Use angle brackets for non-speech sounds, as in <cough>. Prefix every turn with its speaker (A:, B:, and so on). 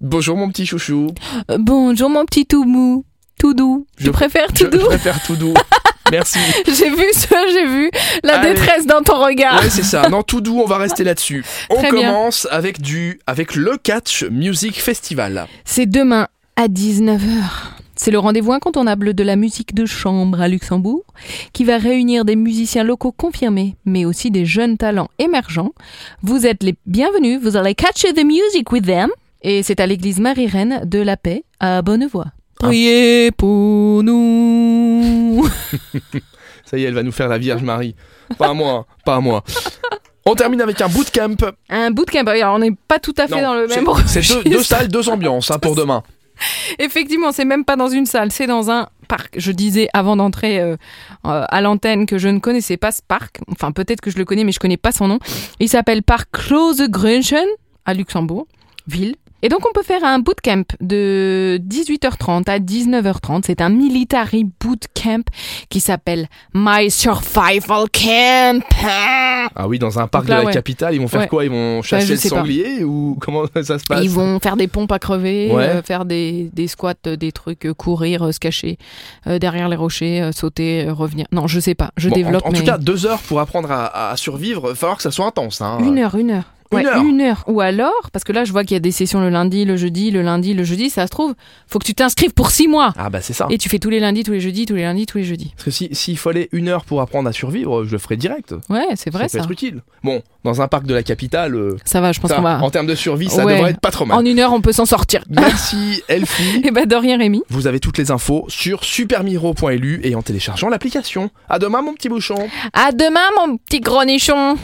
A: Bonjour mon petit chouchou.
B: Euh, bonjour mon petit tout mou, tout doux.
A: Je-
B: tu préfères
A: Je,
B: tout
A: je <laughs>
B: doux
A: préfère tout
B: <laughs>
A: doux. Merci.
B: J'ai vu ça, j'ai vu la
A: Allez.
B: détresse dans ton regard.
A: Ouais, c'est ça. Non, tout doux, on va rester là-dessus. On
B: Ah. Très bien.
A: commence avec du avec le Catch Music Festival.
B: C'est demain à 19h. C'est le rendez-vous incontournable de la musique de chambre à Luxembourg qui va réunir des musiciens locaux confirmés mais aussi des jeunes talents émergents. Vous êtes les bienvenus, vous allez catch the music with them et c'est à l'église Marie-Reine de la Paix à Bonnevoie. Priez pour nous.
A: Ça y est, elle va nous faire la Vierge Marie. Pas à moi, hein, pas à moi. On termine avec un bootcamp.
B: Un bootcamp. Alors on n'est pas tout à fait
A: Non,
B: dans le
A: c'est-
B: même
A: C'est deux,
B: registre.
A: deux salles, deux ambiances hein, pour demain.
B: Effectivement, c'est même pas dans une salle, c'est dans un parc. Je disais avant d'entrer euh, euh, à l'antenne que je ne connaissais pas ce parc. Enfin, peut-être que je le connais, mais je connais pas son nom. Il s'appelle Parc Großgrünchen à Luxembourg, ville. Et donc, on peut faire un bootcamp de 18h30 à 19h30. C'est un military bootcamp qui s'appelle My Survival Camp.
A: Ah oui, dans un parc
B: Donc là,
A: de la
B: ouais.
A: capitale, ils vont faire
B: Ouais. Bah,
A: quoi Ils vont chasser
B: je
A: le
B: sais pas.
A: sanglier ou comment <laughs> ça se passe
B: Ils vont faire des pompes à crever,
A: Bah, Ouais.
B: euh, faire des, des squats, euh, des trucs, euh, courir, euh, se cacher euh, derrière les rochers, euh, sauter, euh, revenir. Non, je sais pas. Je
A: Bon, en-
B: développe.
A: En,
B: mais-
A: tout cas, deux heures pour apprendre à, à survivre. Il va falloir que ça soit intense. hein.
B: une heure, une heure.
A: Une
B: Ouais,
A: heure.
B: une heure. Ou alors, parce que là, je vois qu'il y a des sessions le lundi, le jeudi, le lundi, le jeudi. Ça se trouve, faut que tu t'inscrives pour six mois.
A: Ah bah c'est ça.
B: Et tu fais tous les lundis, tous les jeudis, tous les lundis, tous les jeudis.
A: Parce que si- s'il fallait une heure pour apprendre à survivre, je le ferais direct.
B: Ouais, c'est vrai
A: ça peut
B: ça.
A: être utile. Bon, dans un parc de la capitale, euh,
B: Ça va, je pense
A: ça,
B: qu'on va.
A: en termes de survie, ça
B: Ouais.
A: devrait être pas trop mal.
B: En une heure, on peut
A: <laughs>
B: s'en sortir.
A: Merci Elfie.
B: Et bah, de rien, Rémi.
A: Vous avez toutes les infos sur supermiro.lu et en téléchargeant l'application. À demain mon petit bouchon.
B: À demain, mon petit grenichon.